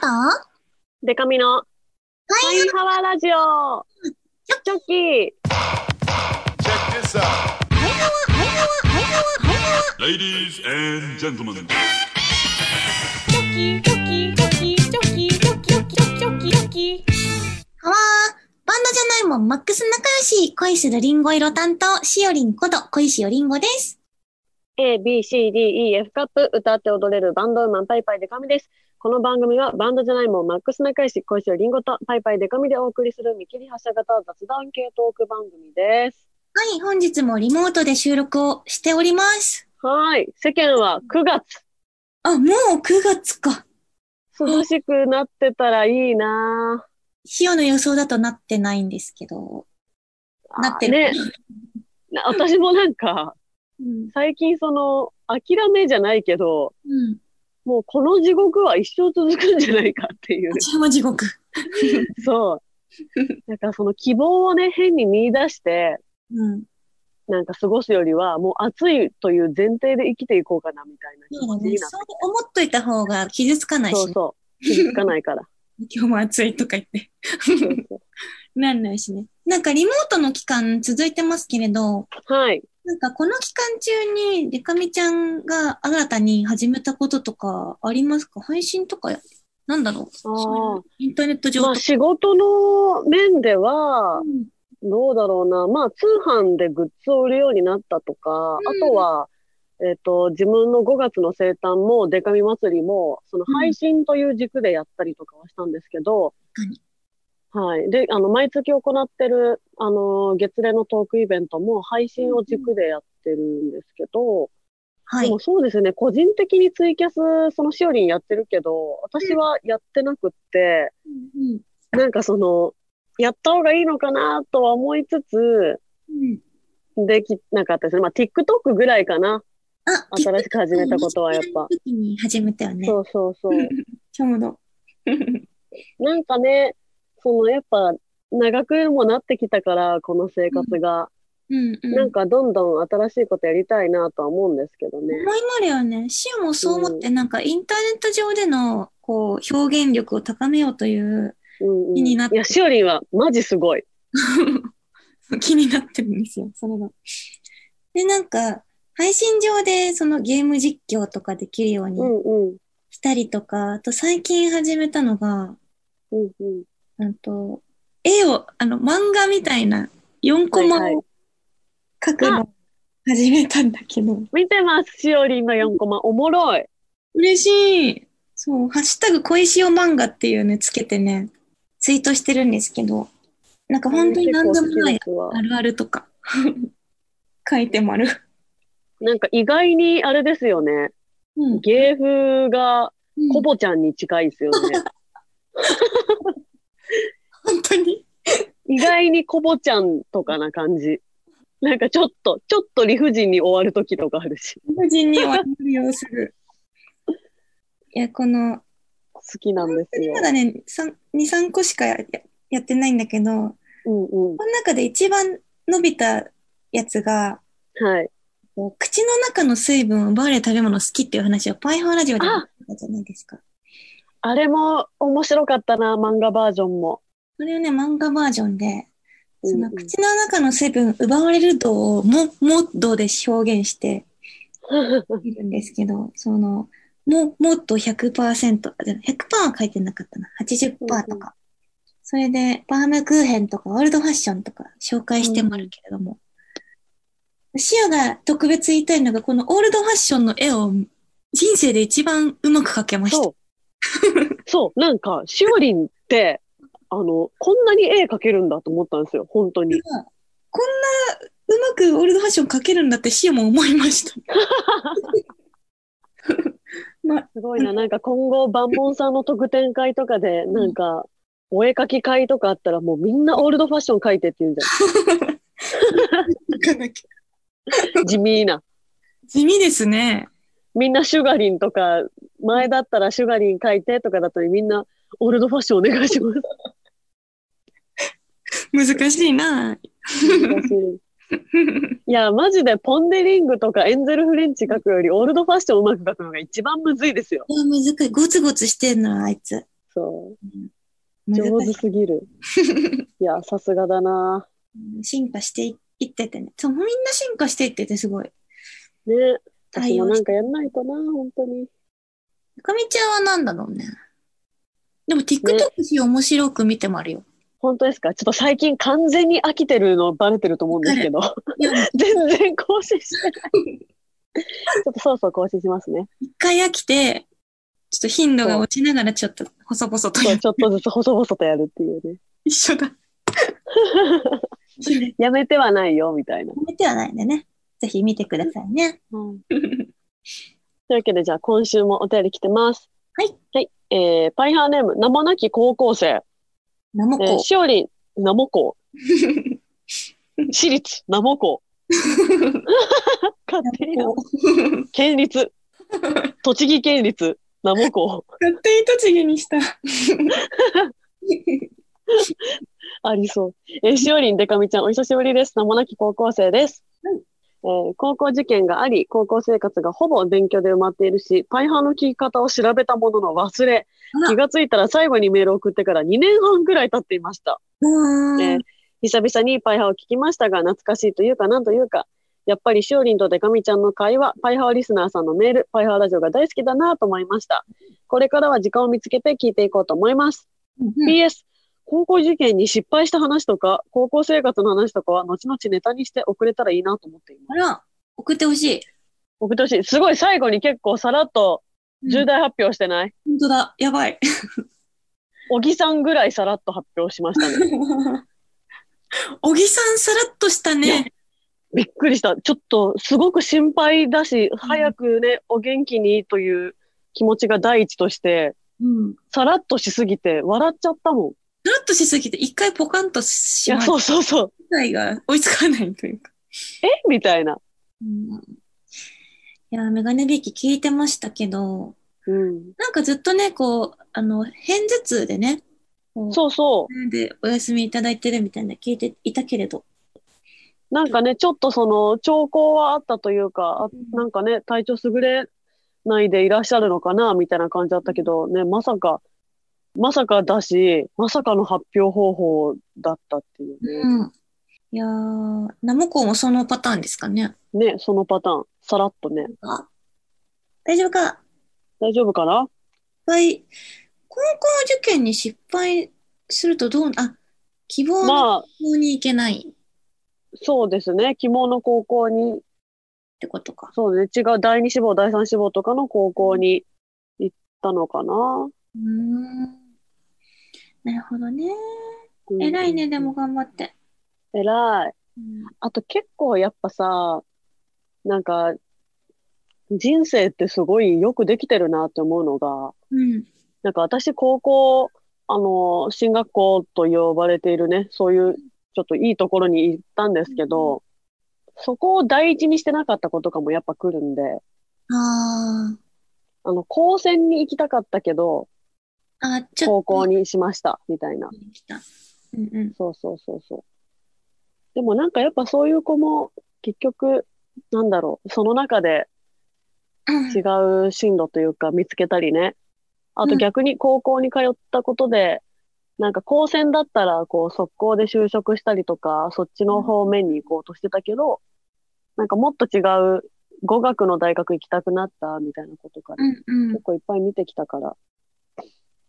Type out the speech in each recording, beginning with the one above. と、デカミのマインハワラジオチョキ Check this out. ハイハワ、ハイハワ、ハイハワ、ハイハワ。 Ladies and gentlemen. チョキチョキチョキチョキチョキチョキチョキチョキハワー。バンドじゃないもん、マックス仲良し、恋するリンゴ色担当、しおりんこと、恋しおりんごです。 A, B, C, D, E, F カップ歌って踊れるバンドウーマンパイパイデカミです。この番組はバンドじゃないもんマックス仲良し恋しおりんごとパイパイデカミでお送りする見切り発車型雑談系トーク番組です。はい、本日もリモートで収録をしております。はい。世間は9月。あ、もう9月か。涼しくなってたらいいなしおの予想だとなってないんですけど。ぁなってるね。な私もなんか、うん。最近その、諦めじゃないけど、うん。もうこの地獄は一生続くんじゃないかっていうこ。ちらも地獄。そう。なんかその希望をね、変に見出して、うん。なんか過ごすよりは、もう暑いという前提で生きていこうかな、みたいな気そう持だちにね。なっそう思っといた方が傷つかなて。いそしうね、そう。気づかな いから。今日も暑いとか言っ て。そうそなんないしね。なんかリモートの期間続いてますけれど、うはい。なんかこの期間中にデカミちゃんが新たに始めたこととかありますか配信とかや、なんだろうあーそういうインターネット上まとあか。仕事の面では、どうだろうな。まあ通販でグッズを売るようになったとか、うんあとは、えっ、と、自分の5月の生誕もデカミ祭りも、その配信という軸でやったりとかはしたんですけど、確かにはい。で、あの、毎月行ってる、あの、月例のトークイベントも配信を軸でやってるんですけど、はでいも。そうですね、個人的にツイキャス、そのしおりんやってるけど、私はやってなくって、うんなんかその、やった方がいいのかなとは思いつつ、うんできなかったですね。まあ、TikTok ぐらいかな。あ、新しく始めたことはやっぱ。時に始めたよね。そうそうそう。ちょう ど。なんかね、そのやっぱ長くもなってきたから、この生活が。うんうん。なんかどんどん新しいことやりたいなとは思うんですけどね。思いもあるよね。シオもそう思って、なんかインターネット上での、こう、表現力を高めようという、うんうん、気になっいや、しおりんはマジすごい。 気になってるんですよ、それが。で、なんか、配信上で、そのゲーム実況とかできるよううにんうん。したりとか、あと最近始めたのが、うんうん。なんと、絵を、あの、漫画みたいな4コマはいはを描くのを始めたんだけど、見てます、しおりんの4コマ。おもろい。嬉しい。そう、ハッシュタグ恋しお漫画っていうね、つけてね、ツイートしてるんですけど、なんか本当に何でもない結構好きあですわるあるとか、 書いてもある。なんか意外にあれですよね。うん。芸風がコほぼボちゃんに近いですよね。本当に。意外にコボちゃんとかな感じ。なんかちょっと、ちょっと理不尽に終わる時とかあるし、無人には無理をする。いや、この、好きなんですよま。だね、3 2、3個しかややってないんだけど、うんうん。この中で一番伸びたやつが、はい。こう口の中の水分を奪われる食べ物好きっていう話をパイハワラジオでやったじゃないですか。あれも面白かったな、漫画バージョンも。それをね、漫画バージョンで、そのうんうん口の中の水分奪われる度をも、も、度で表現して いるんですけど、その、も、もっと100%、あじゃない100%は書いてなかったな。80%うんうとんか。それで、バームクーヘンとかワールドファッションとか紹介してもあるけれども、シオが特別言いたいのが、このオールドファッションの絵を人生で一番うまく描けました。そう。そう、なんか、しおりんって、あの、こんなに絵描けるんだと思ったんですよ、本当に。こんなうまくオールドファッション描けるんだってシオも思いました。まあ、すごいな、なんか今後、万ンさんの特典会とかで、なんか、お絵描き会とかあったら、もうみんなオールドファッション描いてって言うんじ書かなきゃゃん。地味な。地味ですね。みんなシュガリンとか、前だったらシュガリン書いてとかだったらみんなオールドファッションお願いします。難しいな。難しいいや、マジでポンデリングとかエンゼルフレンチ書くよりオールドファッションうまく書くのが一番むずいですよ。難しい。ゴツゴツしてんの、あいつ。そう難上し手いすぎるいやさすがだな進化していいっててね。そう、みんな進化していっててすごい。ね私対も応なしんて。かやんないとな本当にかみちゃんは何だろうね。でも TikTok し面白く見てもあるよ。本当ですかちょっと最近完全に飽きてるのバレてると思うんですけどいや、 全然更新してないちょっとそろそろ更新しますね一回飽きて、ちょっと頻度が落ちながらちょっと細々とそやうるちょっとずつ細々とやるっていうね一緒 だ。ややめてはないよみたいな、めてはないんでね。ぜひ見てくださいね。というわけで、じゃあ今週もお便り来てます。はい。はい。えー、パイハーネーム、名もなき高校生。ナモえー、コ。しおりん、名も校。私立、名 も校。勝手に、県立。栃木県立、名も校。勝手に栃木に した。ありそう。えー、しおりん、でかみちゃん、お久しぶりです。名もなき高校生です。はいえー高校受験があり、高校生活がほぼ勉強で埋まっているし、パイハーの聞き方を調べたものの忘れあ、ら気がついたら最後にメールを送ってから2年半ぐらい経っていました。うえーーん。久々にパイハーを聞きましたが、懐かしいというか、なんというか、やっぱりしおりんとデカミちゃんの会話、パイハーリスナーさんのメール、パイハーラジオが大好きだなと思いました。これからは時間を見つけて聞いていこうと思います。うん PS、高校受験に失敗した話とか、高校生活の話とかは、後々ネタにして送れたらいいなと思っています。あら、送ってほしい。送ってほしい。すごい最後に結構さらっと重大発表してない、本当だ。やばい。小木さんぐらいさらっと発表しま したね。 小木さんさらっとしたね。びっくりした。ちょっと、すごく心配だし、早くね、お元気にという気持ちが第一として、うん。さらっとしすぎて、笑っちゃったもん。さらっとしすぎて、一回ポカンといしや、まうそうそうそう。機会が追いつかないというか。 えみたいな。うん、いや、メガネビーキ聞いてましたけど、うん。なんかずっとね、こう、あの、片頭痛でね、こうそうそでお休みいただいてるみたいな聞いていたけれど。う。なんかね、ちょっとその、兆候はあったというか、あなんかね、体調優れないでいらっしゃるのかな、みたいな感じだったけど、ね、まさか、まさかだし、まさかの発表方法だったっていうね。うん。いやー、ナムコもそのパターンですかね。ね、そのパターン。さらっとね。あ大丈夫か大丈夫かな失敗、高校受験に失敗するとどう、あ、希望のまあ、高校に行けないっそうですね。希望の高校に、てことか。そうね、違う、第二志望、第三志望とかの高校に行ったのかな。うーん。なるほどね。うん偉いね、でも。頑張って。偉い。うんあと結構やっぱさ、なんか、人生ってすごいよくできてるなって思うのが、うん。なんか私高校、あの、進学校と呼ばれているね、そういうちょっといいところに行ったんですけど、そこを第一にしてなかった子とかもやっぱ来るんで、ああの、高専に行きたかったけど、あ、あ、ちょ高っと校にしました、みたいな。来た。うんうん。そうそうそうそう。でもなんかやっぱそういう子も、結局、なんだろう、その中で違う進路というか見つけたりね。あうとん逆に高校に通ったことで、なんか高専だったら、こう、速攻で就職したりとか、そっちの方面に行こうとしてたけど、なんかもっと違う語学の大学行きたくなったみたいなことから、うんうん結。構いっぱい見てきたから、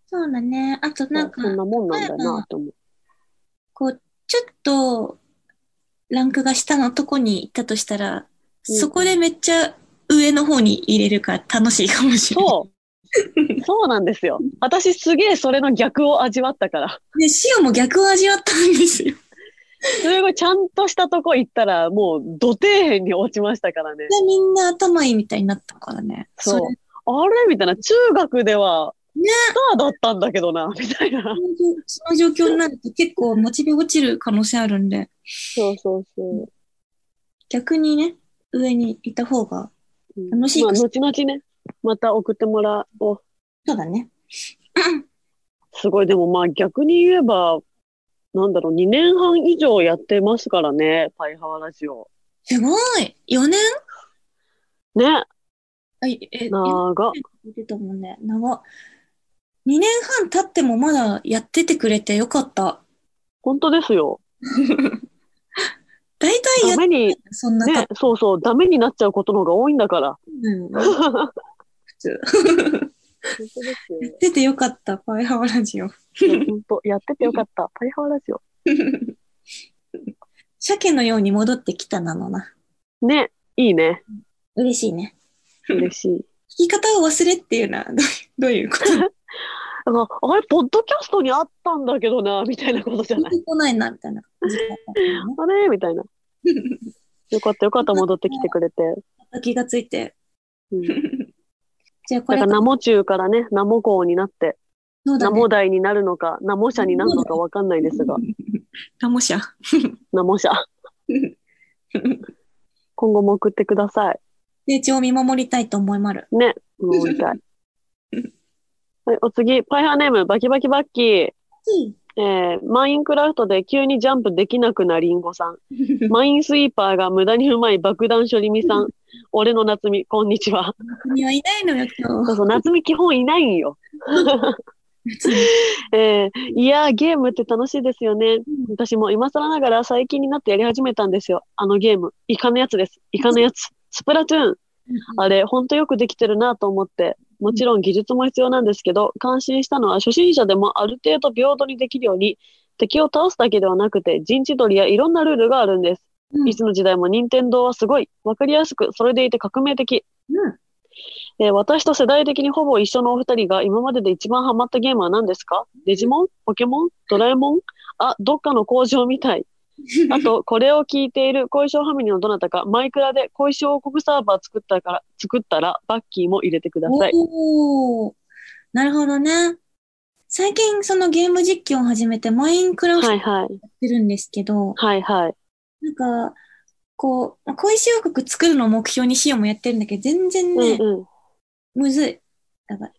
そうだね。あとなんかそ、んなもんなんだよなって思う。こう、ちょっと、ランクが下のとこに行ったとしたら、うんそこでめっちゃ上の方に入れるから楽しいかもしれない。そう。そうなんですよ。私すげえそれの逆を味わったから。で、塩も逆を味わったんです よ。すごいちゃんとしたとこ行ったら、もう土底辺に落ちましたからね。で、みんな頭いいみたいになったからね。そうれ。あれみたいな。中学では、ねスターだったんだけどな、 みたいな。その状況になると結構モチベ落ちる可能性あるんで、そうそうそ逆にね、上にいた方が、う。うん楽しいまあ、後々ね、また送ってもらおう。そうだね。 すごい。でもまあ逆に言えば、なんだろう、2年半以上やってますからね、パイハワラジオ。すごい !4 年ね、あいえ、長っ。出てたもんね。長っ。2年半経っってもまだやっててくれてよかった。本当ですよ。大体やダっメに、そんなね方、そうそう、ダメになっちゃうことの方が多いんだから。なのよな。本普通。当ですよやっててよかった、パイハワラジオ。いや。本当、やっててよかった。パイハワラジオ。鮭のように戻ってきたなのな。ね、いいね。嬉しいね。嬉しい。聞き方を忘れっていうのは どうどういう ことだからあれ、ポッドキャストにあったんだけどな、みたいなことじゃ聞ないい。てこないな、みたいな感じだったのね。あれみたいな。よかったよかった、戻ってきてくれて。気がつい て。うん、だじ ゃあこかれら、、ナモ中からね、ナモ校になって、そうだナねモ。大になるのか、ナモ社になるのかわかんないですが、ラモシャ。ナモ社。今後も送ってください。成長を見守りたいと思いまる。ね、もう痛い。はい、お次、パイハーネーム、バキバキバッキー。えーマインクラフトで急にジャンプできなくなりんごさん。マインスイーパーが無駄にうまい爆弾処理みさん。俺の夏美、こんにちは。君はいないのよ、今そう日。そう、夏美基本いないんよ。別に えーいやー、ゲームって楽しいですよね。私も今更ながら最近になってやり始めたんですよ。あのゲーム。イカのやつです。イカのやつ。スプラトゥーン。あれ、ほんとよくできてるなと思って。もちろん技術も必要なんですけど、感心したのは初心者でもある程度平等にできるように、敵を倒すだけではなくて、陣地取りやいろんなルールがあるんです。うんいつの時代も任天堂はすごい。わかりやすく、それでいて革命的。うんえー私と世代的にほぼ一緒のお二人が今までで一番ハマったゲームは何ですかデジモンポケモンドラえもんあ、どっかの工場みた い。あと、これを聞いている小石ファミリーのどなたか、マイクラで小石王国サーバー作ったから、作ったら、バッキーも入れてください。おーなるほどね。最近そのゲーム実況を始めてマインクラフトはやいはい。ってるんですけど、はいはい。なんか、こう、小石王国作るのを目標にしようもやってるんだけど、全然うね、んうん。むずい。だから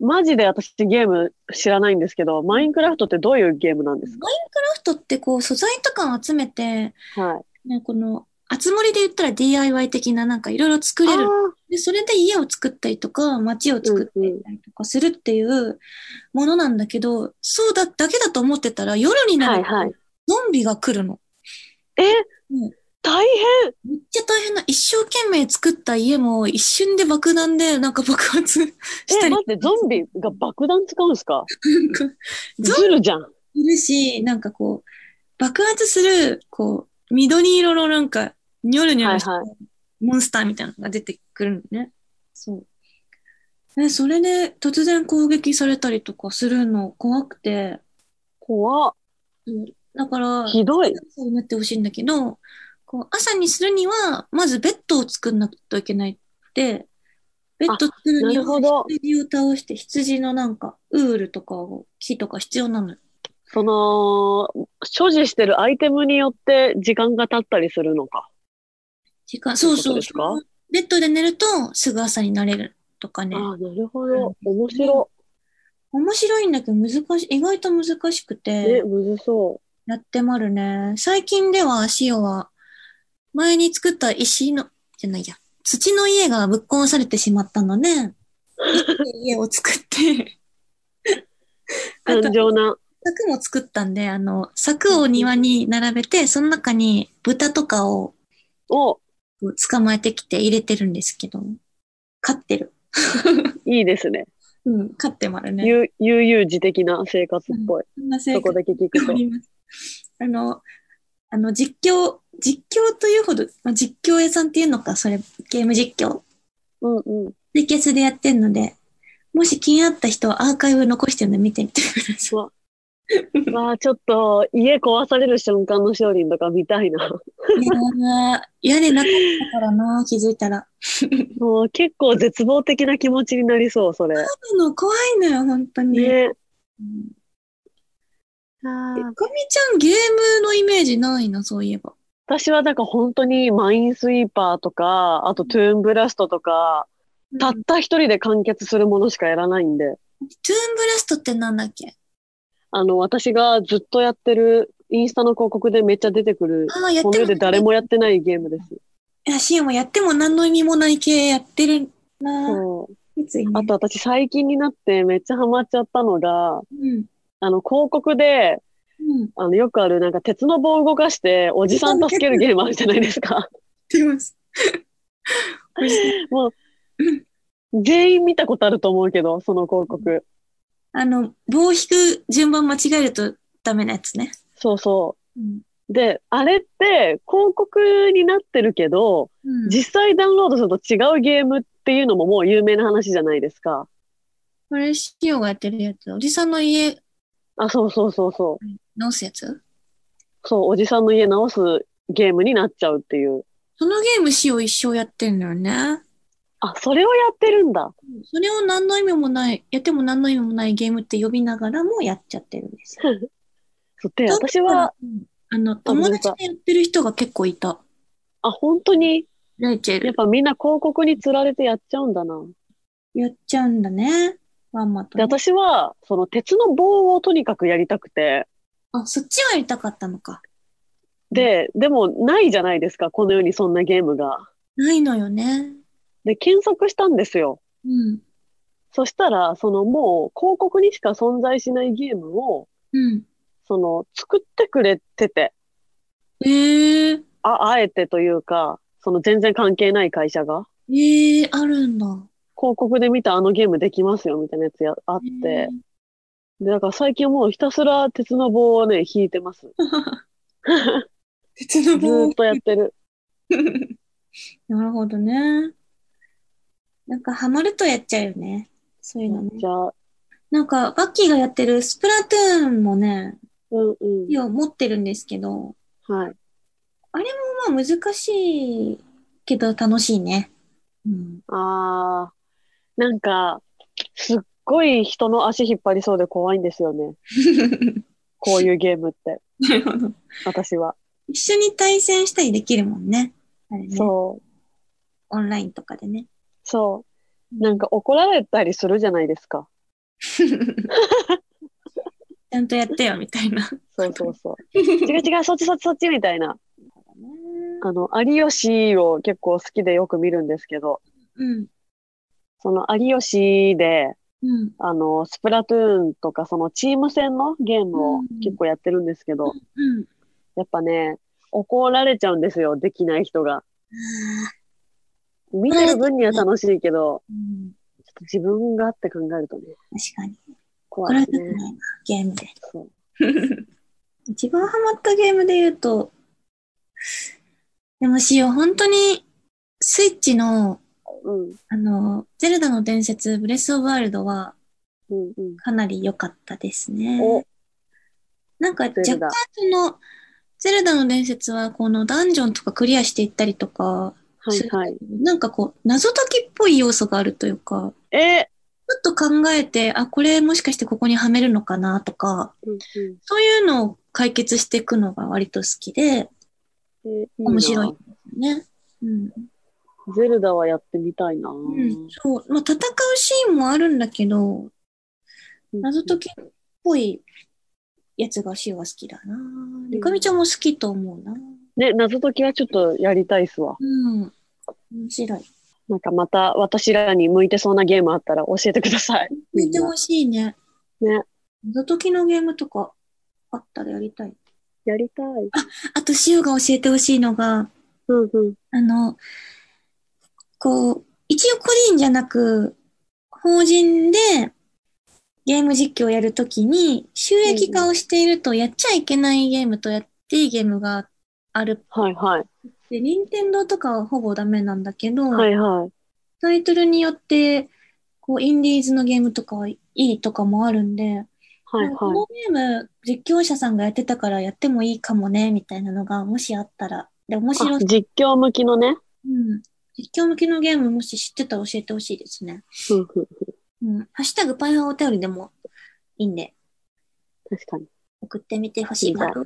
マジで私ゲーム知らないんですけど、マインクラフトってどういうゲームなんですクラフトってこう素材とかを集めて、かはい。ね、この、あつ森で言ったら DIY 的ななんかいろいろ作あれる。ーで、それで家を作ったりとか、街を作ったりとかするっていうものなんだけど、そうだ、だけだと思ってたら夜になはいるはいと。ゾンビが来るの。えうん大めっちゃ大変な、一生懸命作った家も一瞬で爆弾でなんか爆発 した変え、り待。って、ゾンビが爆弾使うんですかなんかゾンズルじゃん。いるし、なんかこう、爆発する、こう、緑色のなんか、ニョロニョロしたはいモンスターみたいなのが出てくるのね。そう。え、それで突然攻撃されたりとかするの怖くて、怖っだから、ひどい。そうなってほしいんだけど、こう朝にするには、まずベッドを作んなといけないって、ベッド作るになるほどは羊を倒して、羊のなんか、ウールとかを、木とか必要なのよ。その、所持してるアイテムによって時間が経ったりするのか。時間、そうそそういううことですかベッドで寝るとすぐ朝になれるとかね。ああ、なるほど。面白。面白いんだけど難しい、意外と難しくね、て、むずそやってまるね。最近では、シオは、前に作った石の、じゃないや、土の家がぶっ壊されてしまったので、家を作って、う。あと単調な。柵も作ったんで、あの、柵を庭に並べて、その中に豚とかをお、捕まえてきて入れてるんですけど、飼ってる。いいですね。うん、飼ってまるね。ゆ悠々自適な生活っぽい。そんな生そ活こだけ聞くおと。ります。あの、あの、実況、実況というほど、まあ、実況屋さんっていうのか、それ、ゲーム実況。うんうん。ツイキャスでやってるので、もし気になった人はアーカイブ残してるので見てみてください。まあちょっと、家壊される瞬間の勝利とか見たいな。 いやー屋根なかったからな、気づいたら。もう結構絶望的な気持ちになりそう、それ。あの、怖いのよ、本当に。ね。うんえあかみちゃん、ゲームのイメージないな、そういえば。私はなんか本当にマインスイーパーとか、あとトゥーンブラストとか、たっトゥーンた一人で完結するものしかやらないんで、ブラストってなんだっけあの、私がずっとやってるインスタの広告でめっちゃ出てくる、ああ、やっこのて世もで誰もやってないゲームです。いや、シオもやっても何の意味もない系やってるな。そう。いついねあと私最近になってめっちゃハマっちゃったのが、うん。あの広告で、うん。あのよくあるなんか鉄の棒を動かしておじさん助けるゲームあるじゃないですか。出ます。 美味しい全員見たことあると思うけど、その広告。あの、棒を引く順番間違えるとダメなやつね。そうそうん。う。で、あれって広告になってるけど、うん実際ダウンロードすると違うゲームっていうのももう有名な話じゃないですか。これ、しおがやってるやつ。おじさんの家あ、そうそうそうそう。直すやつそう、おじさんの家直すゲームになっちゃうっていう。そのゲームしお一生やってんのよね。あ、それをやってるんだ。それを何の意味もない、やっても何の意味もないゲームって呼びながらもやっちゃってるんですよ。そうで、私は、、あの、友達でやってる人が結構いた。あ、本当に、レイチェやっル。ぱみんな広告に釣られてやっちゃうんだな。やっちゃうんだね。まんまとね、で、私は、その鉄の棒をとにかくやりたくて、あ、そっちはやりたかったのか。で、でもないじゃないですか、この世にそんなゲームが。ないのよね。で、検索したんですよ。うん。そしたら、そのもう広告にしか存在しないゲームを、うん。その作ってくれてて、ええー。あ、あえてというか、その全然関係ない会社が、ええー、あるんだ。あ広告で見たあのゲームできますよ、みたいなやつやあって、で、だから最近もうひたすら鉄の棒をね、引いてます。鉄のずーっとやってる。なるほどね。なんかハマるとやっちゃうよね。そういうのね。じゃあ、なんか、バッキーがやってるスプラトゥーンもね、うんうん。を持ってるんですけど、はい。まあ難しいけど楽しいね。 うん。あー、なんか、すっごい人の足引っ張りそうで怖いんですよね。こういうゲームって、なるほど。私は。一緒に対戦したりできるもんね。あれね。そう、オンラインとかで ね。そう。なんか怒られたりするじゃないですか。ちゃんとやってよ、みたいな。そうそうそう。違う違う、そっちそっちそっちみたいな。あの、有吉を結構好きでよく見るんですけど、うん。その有吉で、うん。あの、スプラトゥーンとか、そのチーム戦のゲームをうん結構やってるんですけど、うん。やっぱね、怒られちゃうんですよ、できない人が。見てる分には楽しいけど、うん、ちょっと自分がって考えるとね、確かに。こ怖れいはで良すくないね。な、ゲームで。そう一番ハマったゲームで言うと、でもしよ、本当に、スイッチの、うん、あの、ゼルダの伝説、ブレス・オブ・ワールドは、うん、うん。かなり良かったですおね。なんか、若ゼルダ干その、ゼルダの伝説は、このダンジョンとかクリアしていったりとか、はい、はい。なんかこう、謎解きっぽい要素があるというか、えちょっと考えて、あ、これもしかしてここにはめるのかなとか、うんうんそういうのを解決していくのが割と好きで、えいいな面白いんですよね。うん。ゼルダはやってみたいな。うん、そう。まあ、戦うシーンもあるんだけど、謎解き。きっぽいやつがシオは好きだな。リカミちゃんも好きと思うな。ね、謎解きはちょっとやりたいっすわ。うん。面白い。なんかまた私らに向いてそうなゲームあったら教えてください。見てほしいね。ね、謎解きのゲームとかあったらやりたい。やりたい。あと、シオが教えてほしいのが、うんうん。あの、こう、一応個人じゃなく、法人でゲーム実況をやるときに、収益化をしているとやっちゃいけないゲームとやっていいゲームがあるはいはい。で、任天堂とかはほぼダメなんだけど、はいはい。タイトルによって、こう、インディーズのゲームとかはいいとかもあるんで、はいこはのゲーム、実況者さんがやってたからやってもいいかもね、みたいなのが、もしあったら、で、面白い。あそう。実況向きのね。うん。実況向きのゲーム、もし知ってたら教えてほしいですね。うんうんうん。ハッシュタグパイハーお便りでもいいんで、確かに。送ってみてほしいな。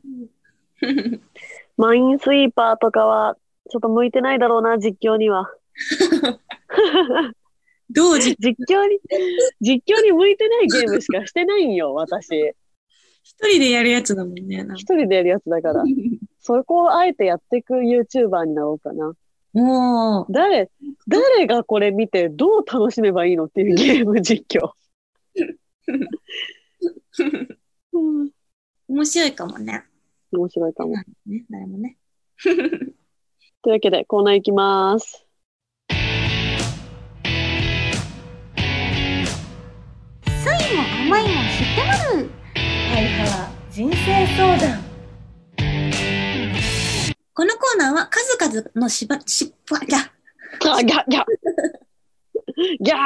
マインスイーパーとかは、ちょっと向いてないだろうな、実況には。どうじ、実況に、実況に向いてないゲームしかしてないんよ、私。一人でやるやつだもんね。なんか一人でやるやつだから。そこをあえてやっていく YouTuber になろうかな。もう、誰、誰がこれ見てどう楽しめばいいのっていうゲーム実況。うん面白いかもね。面白いかも。ね、誰もね。というわけでコーナー行きます。酸いも甘いも知ってまるはいは人生相談このコーナーは数々のしば、しば、いや、あ、ギャギャギャ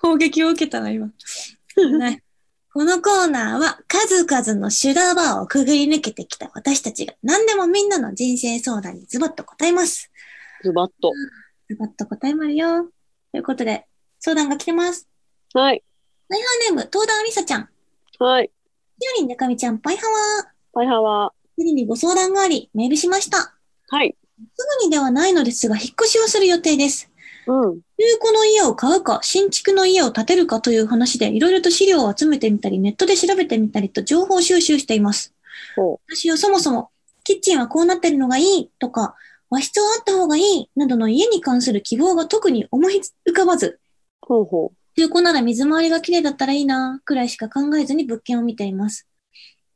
攻撃を受けたな、今。ねこのコーナーは数々の修羅場をくぐり抜けてきた私たちが何でもみんなの人生相談にズバッと答えます。ズバッと。ズバッと答えまるよ。ということで、相談が来てます。はい。パイハーネーム、東田ありさちゃん。はい。ゆりんでかみちゃん、パイハワー。パイハワゆりにご相談があり、メールしました。ー。はい。すぐにではないのですが、引っ越しをする予定です。うん。中古の家を買うか、新築の家を建てるかという話で、いろいろと資料を集めてみたり、ネットで調べてみたりと情報収集しています。ほ私はそもそも、キッチンはこうなってるのがいいとか、和室はあった方がいいなどの家に関する希望が特に思い浮かばず、ほうほ中古なら水回りが綺麗だったらいいな、くらいしか考えずに物件を見ています。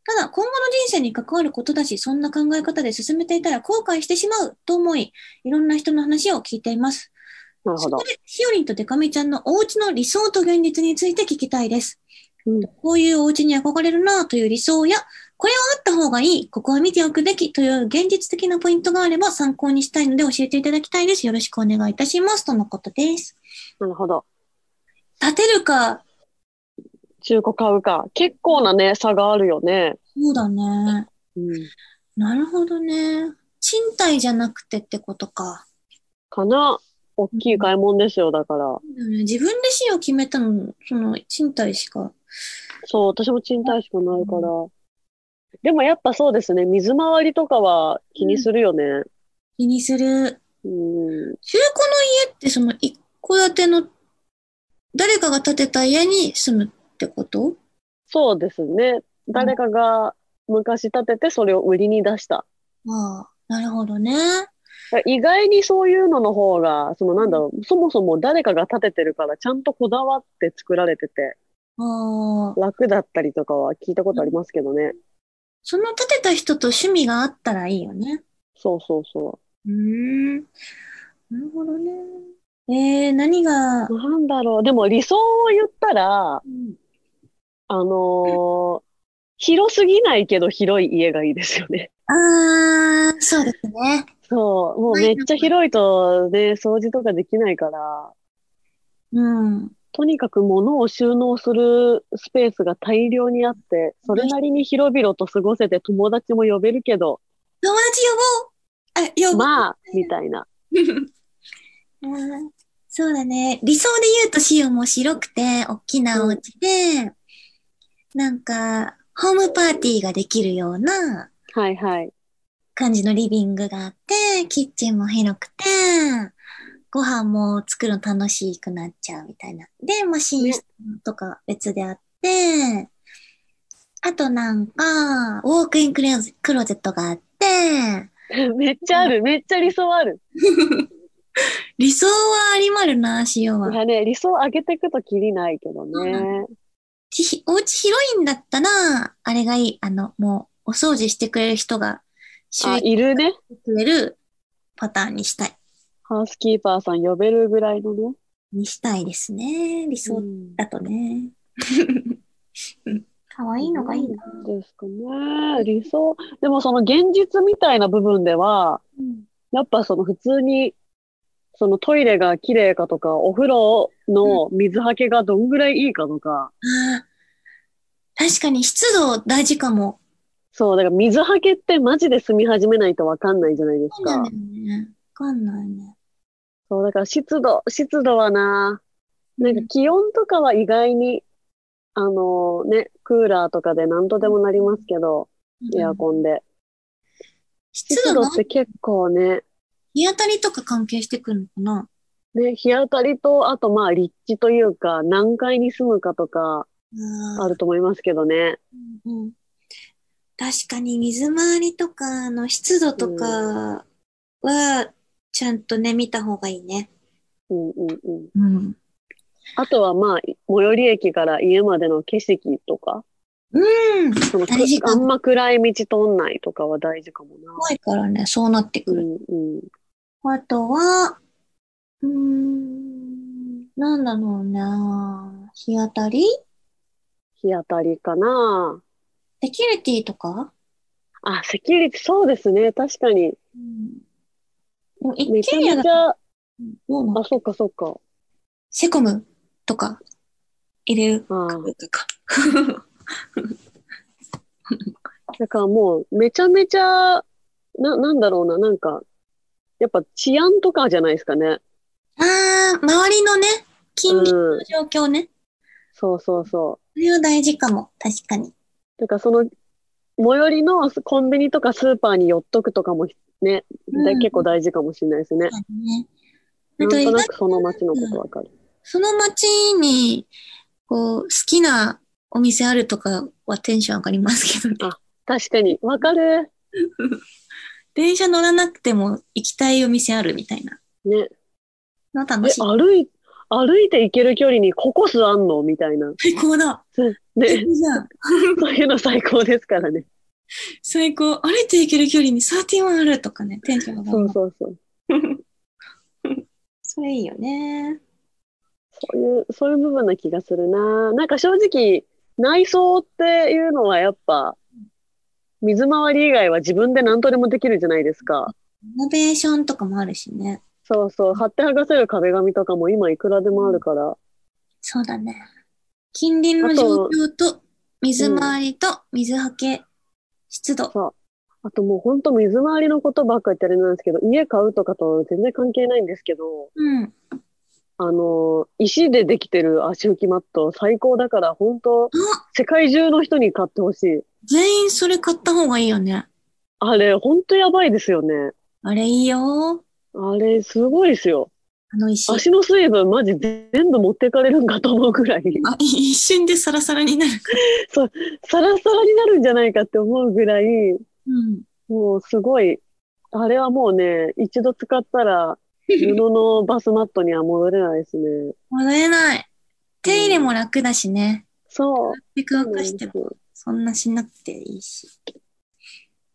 ただ、今後の人生に関わることだし、そんな考え方で進めていたら後悔してしまうと思い、いろんな人の話を聞いています。う。なるそほどこ。で、しおりんとデカミちゃんのお家の理想と現実について聞きたいです。うんこういうお家に憧れるなという理想や、これはあった方がいい、ここは見ておくべきという現実的なポイントがあれば参考にしたいので教えていただきたいです。よろしくお願いいたします。とのことです。なるほど。建てるか、中古買うか。結構なね、差があるよね。そうだね。うん。なるほどね。賃貸じゃなくてってことか。かな。大きい買い物ですよ、だから。自分で死を決めたの、その、賃貸しか。そう、私も賃貸しかないから。でもやっぱそうですね、水回りとかは気にするよね。気にする。うん。中古の家ってその一戸建ての誰かが建てた家に住むってことそうですね。誰かが昔建ててそれを売りに出した。ああ、なるほどね。意外にそういうのの方が、そのなんだろう、そもそも誰かが建ててるからちゃんとこだわって作られててああ、楽だったりとかは聞いたことありますけどね。その建てた人と趣味があったらいいよね。そうそうそうーん。なるほどね。えー、何が、う。なんだろう。でも理想を言ったら、あのー広すぎないけど広い家がいいですよね。ああ、そうですね。そう、もうめっちゃ広いとね、掃除とかできないから、うん。とにかく物を収納するスペースが大量にあって、それなりに広々と過ごせて友達も呼べるけど、友達呼ぼうあ、呼ぼう。まあ、みたいな。 あーそうだね。理想で言うとシオも白くて、大きなお家で、なんか、ホームパーティーができるようなはいはい。 感じのリビングがあって、キッチンも広くて、ご飯も作るの楽しくなっちゃうみたいな。で、まあ、寝室とか別であって、あとなんか、ウォークインクローゼクローゼットがあって、めっちゃある、めっちゃ理想ある。理想はありまるな、シオは。いやね、理想上げていくときりないけどそうなね。ひお家広いんだったら、あれがいい。あの、もう、お掃除してくれる人が、周あ、囲にいるね。くれるパターンにしたい。ハウスキーパーさん呼べるぐらいのね。にしたいですね。理想んだとね。可愛いのがいいな。ですかね。理想。でもその現実みたいな部分では、やっぱその普通に、そのトイレが綺麗かとか、お風呂の水はけがどんぐらいいいかとか、あー確かに湿度大事かも。そう、だから水はけってマジで住み始めないとわかんないじゃないですそうなかん。だよね。わかんないね。そう、だから湿度、湿度はな、なんかうん気温とかは意外に、あのね、クーラーとかで何とでもなりますけど、エアコンで。湿湿度度のって結構ね、日当たりとか関係してくるのかなね、日当たりと、あとまあ立地というか、何階に住むかとか、あーあると思いますけどね。うん確かに水回りとかの湿度とかは、ちゃんとね、見た方がいいね。うんうんうん。うん。あとはまあ、最寄り駅から家までの景色とか、うん。そのく大事かあんも。ま暗い道通んないとかは大事かもな。怖いからね、そうなってうくる。んうん。あとは、うーん、なんだろうな日当たり日当たりかな。セキュリティとかあ、セキュリティ、そうですね。確かに。うん。でも、め一ちゃ軒家めだちゃ、あ、どうなのそっかそっか。セコムとか入れるあかどあうかか。だからもう、めちゃめちゃ、な、なんだろうな、なんか、やっぱ治安とかじゃないですかね。 ああ、周りのね、近隣うんの。状況ね。そうそうそそれは大事かも。確かに。う。だからその、最寄りのコンビニとかスーパーに寄っとくとかもね、うんだ結構大事かもしれないですね。そうだね。あなんと、と意な外くその街のことわかる。その街に、こう、好きなお店あるとかはテンション上がりますけどね。確かに、わかる。電車乗らなくても行きたいお店あるみたいなね。のえ楽し、い。歩い、歩いて行ける距離にココスあんのみたいな。最高だ。最 ね、高じゃん。そういうの最高ですからね。最高。歩いて行ける距離に31あるとかね、テンション上がそるう。そうそう。それいいよね。そういう、そういう部分な気がするな。なんか正直、内装っていうのはやっぱ、水回り以外は自分で何とでもできるじゃないですか。イノベーションとかもあるしね。そうそう、貼って剥がせる壁紙とかも今いくらでもあるから。そうだね。近隣の状況と、水回りと、水はけ、湿度。そう。あともうほんと水回りのことばっか言ってあれなんですけど、家買うとかとは全然関係ないんですけど、うん。あの、石でできてる足拭きマット最高だから、本当あ世界中の人に買ってほしい。全員それ買った方がいいよね。あれ、本当やばいですよね。あれいいよ。あれ、すごいですよ。あの石。足の水分マジ全部持ってかれるんかと思う くらい、あ一瞬でサラサラになる。サラサラになるんじゃないかって思うぐらい、うん。もうすごい、あれはもうね、一度使ったら、布のバスマットには戻れないですね。戻れない。手入れも楽だしね。そう。で乾かしてもそんなしなくていいし。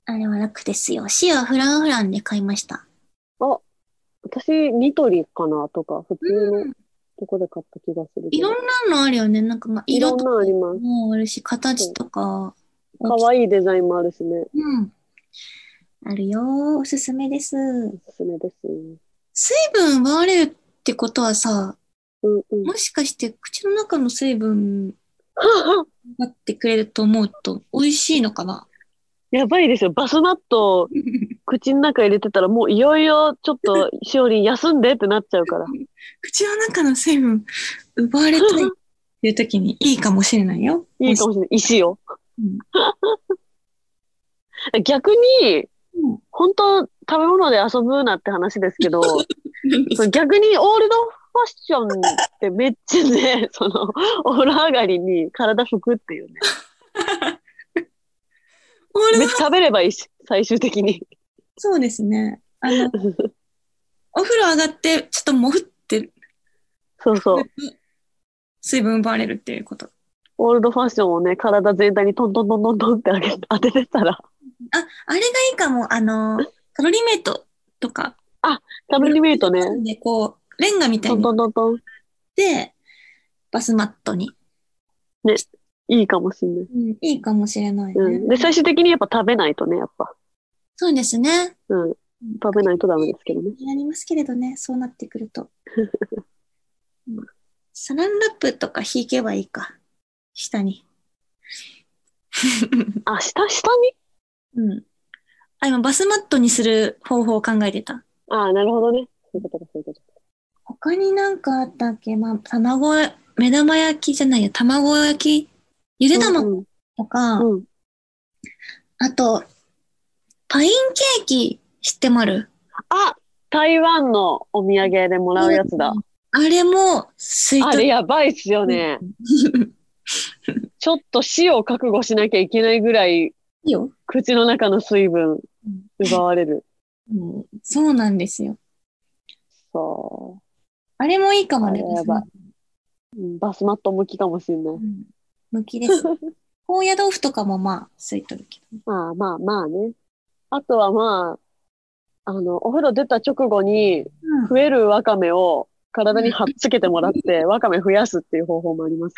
あれは楽ですよ。シはフランフランで買いました。私、ニトリかなとか、普通うのん。とこで買った気がするけどいろんなのあるよね。なんかまあいろ色んとなあります。もあるし、形とか。かわいいデザインもあるしね。うん。あるよ。おすすめです。おすすめですね。水分奪われるってことはさ、うんうん。もしかして口の中の水分奪ってくれると思うと美味しいのか な やばいですよ。バスマット口の中入れてたらもういよいよちょっとしおりん休んでってなっちゃうから。口の中の水分奪われたいっていう時にいいかもしれないよ。いいかもしれない。石をうん。 逆にうん、本当食べ物で遊ぶなって話です けど、その逆にオールドファッションってめっちゃね、 その、お風呂上がりに体拭くっていうね。オールめっちゃ食べればいいし、最終的に。そうですね。あ の、お風呂上がって、ちょっともふって、そうそう。水分奪われるっていうこと。オールドファッションをね、体全体にトントントントントンってあげ 当ててたら、あ、あれがいいかも。あの、カロリーメイトとか。食べに見るとね、で、こう、レンガみたいトンにトントントン、して、バスマットに。いいかもしんない。うん、いいかもしれないね。うん。で、最終的にやっぱ食べないとね、やっぱ。そうですね。うん。食べないとダメですけどね。になりますけれどね、そうなってくると。うんサランラップとか引けばいいか。下に。あ、下、下にうん。あ、今、バスマットにする方法を考えてた。あなるほどね。そういうことか、そういうことか。他になんかあったっけまあ、卵、目玉焼きじゃないや、卵焼き、ゆで卵うんとか、うん、うん。あと、パインケーキ知ってまるあ台湾のお土産でもらうやつだ。。あれも、水あ筒れやばいっすよね。ちょっと死を覚悟しなきゃいけないぐらい、いいよ。口の中の水分うん奪われる。うんそうなんですよ。そあれもいいかもね。あれやばいいううん。バスマット向きかもしんない。うん向き です。高野豆腐とかもまあ、ついとるけど。まあまあまあね。あとはまあ、あの、お風呂出た直後にうん増えるわかめを体に貼っつけてもら って、わかめ増やすっていう方法もあります。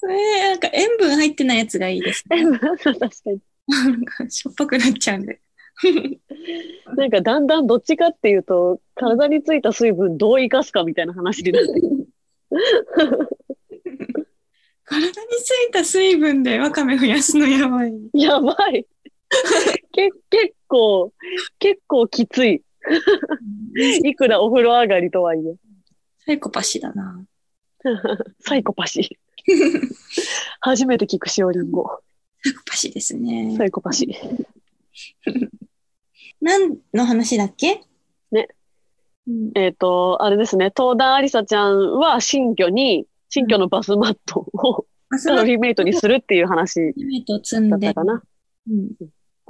それ、なんか塩分入ってないやつがいいです ね。 確かに。なんかしょっぱくなっちゃうんで。なんかだんだんどっちかっていうと、体についた水分どう生かすかみたいな話になってくる。体についた水分でわかめ増やすのやばい。やば い。け、結構、結構きつい。いくらお風呂上がりとはいえ。サイコパシだな。サイコパシ ー。初めて聞くしおりんご。サイコパシですね。サイコパシー。何の話だっけね。うん、えっ、と、あれですね、東田ありさちゃんは新居に、新居のバスマットをアスカロロリリーメイトにするっていう話メイトを積んだったで。かな。うん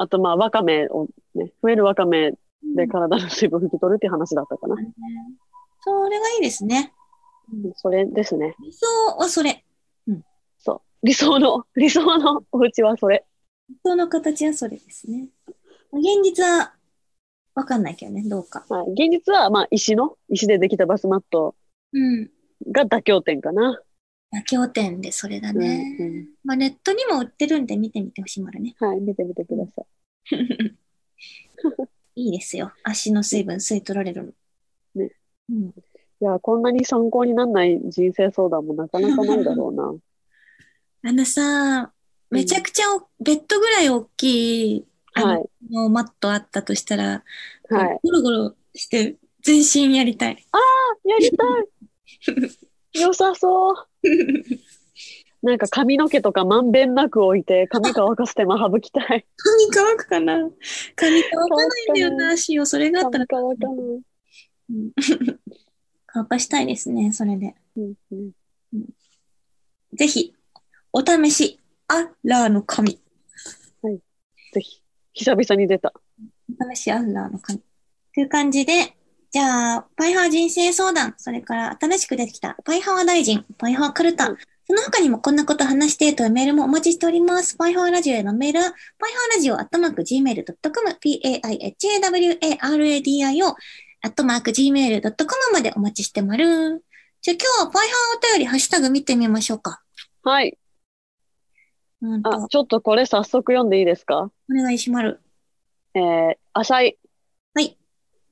あと、まあ、わかめをね、増えるわかめで体の水分を拭き取るっていう話だったかな。それがいいですね。それですね。理想はそれ。そう。理想の、 理想のお家はそれ。理想の形はそれですね。現実はわかんないけどね、どうか。まあ、現実は、まあ、石の、石でできたバスマットうん。が妥協点かな。妥協点でそれだね。うんうんまあ、ネットにも売ってるんで見てみてほしいもらね。はい、見てみてください。いいですよ。足の水分吸い取られるの。ねうん、いや、こんなに参考にならない人生相談もなかなかないだろうな。 あのさ、めちゃくちゃお、ベッドぐらい大きい、あのはい、のマットあったとしたら、はい。ゴロゴロして全身やりたい。やり たい良さそうなんか髪の毛とかまんべんなく置いて、髪乾かす手間省きたい。髪乾くかな髪乾かないんだよ乾かなな、足を。それがあったら髪乾かない。うん乾かしたいですね、それで。うんうんぜひ、お試し、アラーの神。ぜひ、久々に出た。お試し、アラーの神。という感じで、じゃあ、パイハー人生相談、それから新しく出てきた、パイハー大臣、パイハーカルタ、うんその他にもこんなこと話してというメールもお待ちしております。パイハーラジオへのメールは、パイハーラジオ、アットマーク、gmail.com、p-a-i-h-a-w-a-r-a-d-i-o、アットマーク、gmail.com までお待ちしてまる。じゃあ今日はパイハーお便り、ハッシュタグ見てみましょうか。はい。うんと、あ、おちょっとこれ早速読んでいいですか願いしまる。えー、浅い。はい。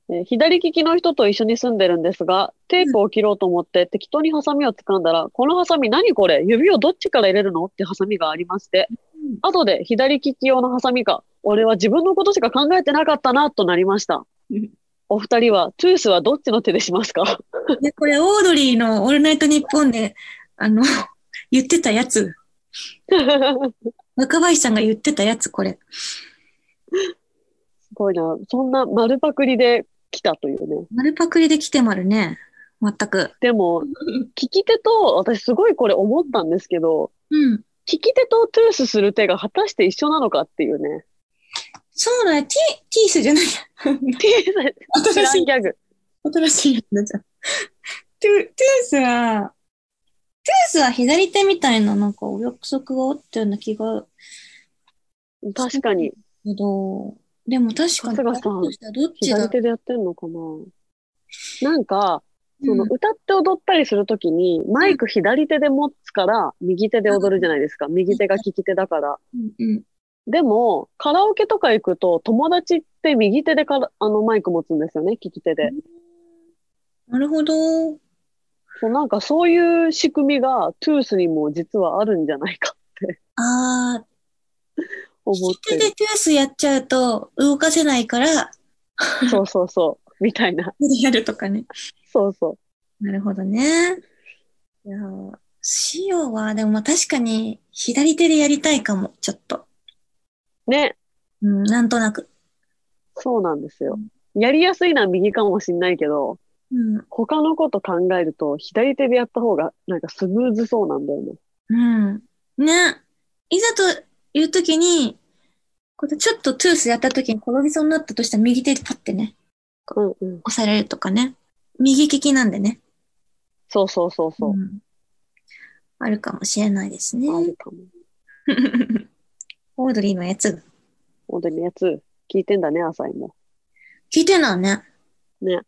えー左利きの人と一緒に住んでるんですが、テープを切ろうと思って適当にハサミを掴んだら、このハサミ何これ指をどっちから入れるのってハサミがありまして、後で左利き用のハサミか、俺は自分のことしか考えてなかったな、となりましたうん。お二人は、トゥースはどっちの手でします かで、これ、オードリーのオールナイトニッポンで、あの、 言ってたやつ。す若林さんが言ってたやつ、これ。ごいな。そんな丸パクリで来たというね。丸パクリで来てまるね。全く。でも、聞き手と、私すごいこれ思ったんですけど、うん。聞き手とトゥースする手が果たして一緒なのかっていうね。そうだよ。ティ、ティースじゃない。知らんギャグ。新しいやつだじゃん。トゥ、トゥースは、トゥースは左手みたいな、なんか、お約束があったような気が確かに。けど、でも確かに、春日さんだとしたらどっちだ左手でやってんのかななんか、そのうん歌って踊ったりするときに、マイク左手で持つから、右手で踊るじゃないですか。右手が利き手だから。うんうん。でも、カラオケとか行くと、友達って右手でからあのマイク持つんですよね、利き手で。なるほど。そうなんかそういう仕組みが、トゥースにも実はあるんじゃないかってあー、思っそてれでトゥースやっちゃうと動かせないから、る。そうそうそう。みたいな。やるとかね。そうそなるほどね。いやー、塩は、でもまあ確かに左手でやりたいかも、ちょっと。う。ね。うん、なんとなく。そうなんですよ。やりやすいのは右かもしんないけど、うん。他のこと考えると左手でやった方がなんかスムーズそうなんだよね。うん。ね。いざという時に、これちょっとトゥースやった時に転びそうになったとしたら右手でパッてね、うんうん。押されるとかね。右利きなんでね。そうそうそうそう。んあるかもしれないですね。あるかも。 オードリーのやつ。本当にやつ、聞いてんだね、浅井も。聞いてんのね。ね。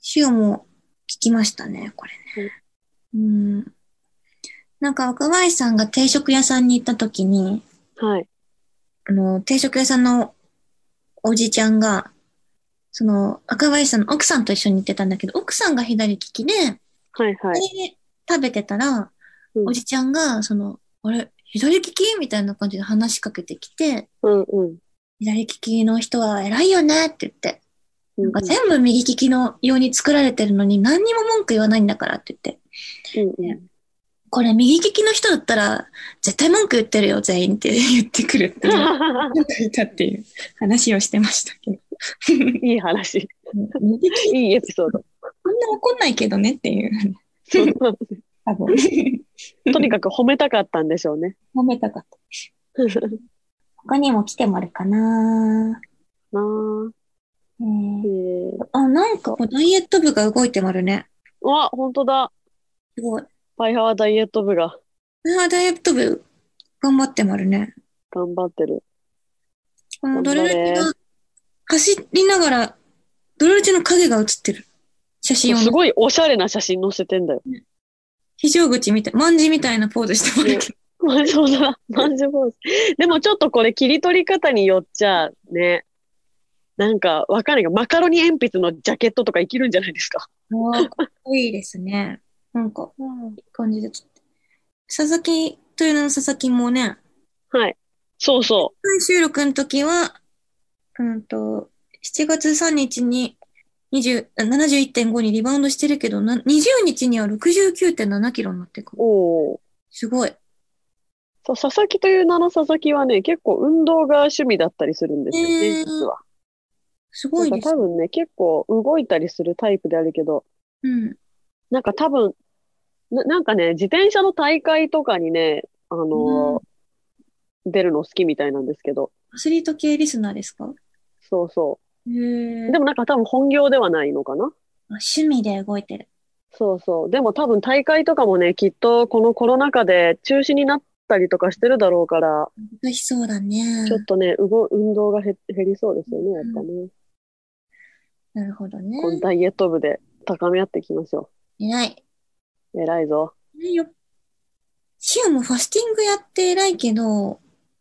シオも聞きましたね、これね。うん。なんか若林さんが定食屋さんに行った時に、はい。あの、定食屋さんのおじちゃんが、その、赤林さんの奥さんと一緒に行ってたんだけど、奥さんが左利きで、はいはい。それで食べてたら、うんおじちゃんが、その、あれ、左利きみたいな感じで話しかけてきて、うんうん。左利きの人は偉いよねって言って、うんうなんか全部右利きのように作られてるのに何にも文句言わないんだからって言って、んうん うんこれ右利きの人だったら絶対文句言ってるよ全員って言ってくるっていう文句言ったって いう話をしてましたけど。いい話。右利きいいエピソード。 こんな怒んないけどねっていう、そうなんで多 分。すとにかく褒めたかったんでしょう ね。褒めたかった。他にも来てもらうかな、なあ。ええーー、あ、なんか、ダイエット部が動いてもあるね。うわ、本当だ。すごい。パイハワダイエット部があーダイエット部、頑張ってもあるね。頑張ってる。このドルルチ頑張が、走りながら、ドルルチの影が映ってる。写真をす。ごいおしゃれな写真載せてんだよ。非常口みたい、まんじみたいなポーズしてもらうけど。まあ、そうだ。マンジュボーズ。でもちょっとこれ切り取り方によっちゃ、ね。なんか、わかんないが、マカロニ鉛筆のジャケットとか生きるんじゃないですか。あーかっこいいですね。なんか、いい感じで撮って。佐々木、という名の佐々木もね、はい。そうそ最終収録の時は、うんと、7月3日に20あ71.5にリバウンドしてるけど、な20日には69.7キロになってるかう。らおお。すごい。そう、佐々木という名の佐々木はね、結構運動が趣味だったりするんですよへね、ー実は。すなごんいかです多。分ね、結構動いたりするタイプであるけど、うん。なんか多分、な、なんかね、自転車の大会とかにね、あのー出るの好きみたいなんですけど、アスリート系リスナーですかそうそへう。え。でもなんか多分本業ではないのかな趣味で動いてる。そうそう。でも多分大会とかもね、きっとこのコロナ禍で中止になったりとかしてるだろうから、難しそうだねち。ょっとね、うご、運動が減、減りそうですよね、やっぱね。なるほどね。このダイエット部で高め合っていきましょ偉い。う。偉いぞ。偉いよ。シアもファスティングやって偉いけど、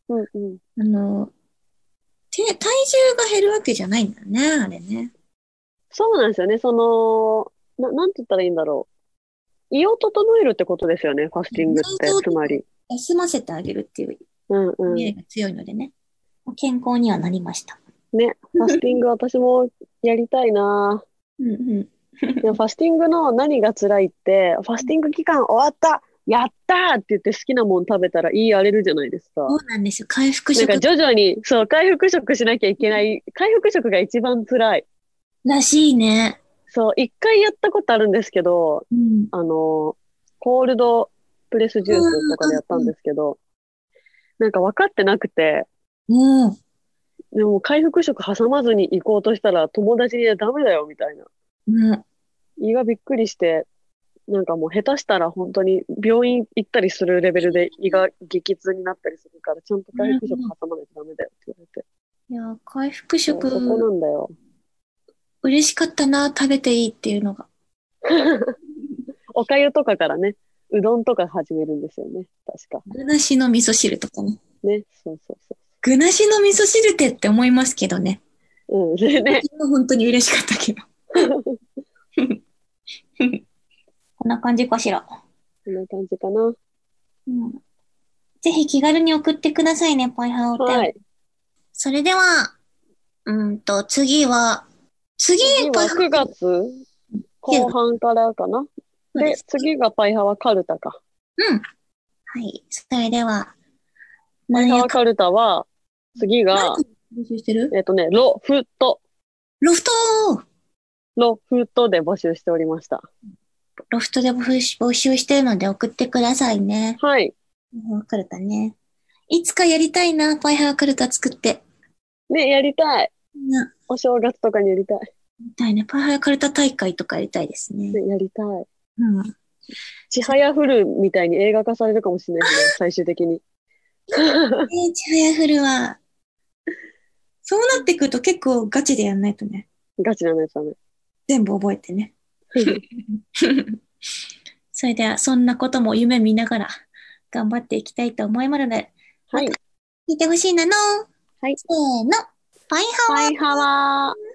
うんうん。あの、て体重が減るわけじゃないんだね、あれね。そうなんですよね。その、な、なんて言ったらいいんだろう。胃を整えるってことですよね、ファスティングって内臓、とつまり。休ませてあげるっていううんうん。意味合いね、が強いのでね。健康にはなりました。ファスティング私もやりたいなぁうんうん。でもファスティングの何が辛いって、ファスティング期間終わったやったーって言って好きなもん食べたら胃荒れるじゃないですか。そうなんですよ。回復なん食か徐々に、そう、回復食しなきゃいけない。回復食が一番辛い。らしいね。そう、一回やったことあるんですけど、うん。あの、コールドプレスジュースとかでやったんですけど、なんか分かってなくて、もでも回復食挟まずに行こうとしたら友達にダメだよみたいな。う、もう、胃がびっくりして、なんかもう下手したら本当に病院行ったりするレベルで胃が激痛になったりするから、ちゃんと回復食挟まないとダメだよって言われて。いや、回復そうそこ食、なんだよ。嬉しかったな、食べていいっていうのが。おかゆとかからね、うどんとか始めるんですよね。確か。具なしの味噌汁とかね。ね。そうそうそ具なしの味噌汁ってって思いますけどね。う。うん。で ね。本当に嬉しかった けど。こんな感じかしら。こんな感じかな。うん、ぜひ気軽に送ってくださいね、パイハオはい。それでは、うんと、次は、次、今9月後半からかな。そうでです、次がパイハワカルタか。うん。はい。それでは、パ何イハやワかカルタは、次が、募集してるえっとね、ロフト、ロフトーロフトで募集しておりました。ロフトで募集募集してるので送ってくださいね。はい。パイハワカルタね。いつかやりたいな、パイハワカルタ作って。ね、やりたい。な、お正月とかにやりたい。みたいね。パワハラカルタ大会とかやりたいですね。ね、やりたい。うん。ちはやふるみたいに映画化されるかもしれないですね、最終的に。えー、ちはやふるは、そうなってくると結構ガチでやんないとね。ガチなのやつだね。全部覚えてね。それでは、そんなことも夢見ながら頑張っていきたいと思いますので、はい。聞いてほしいなの。はいせーの。バイハワパイハワー。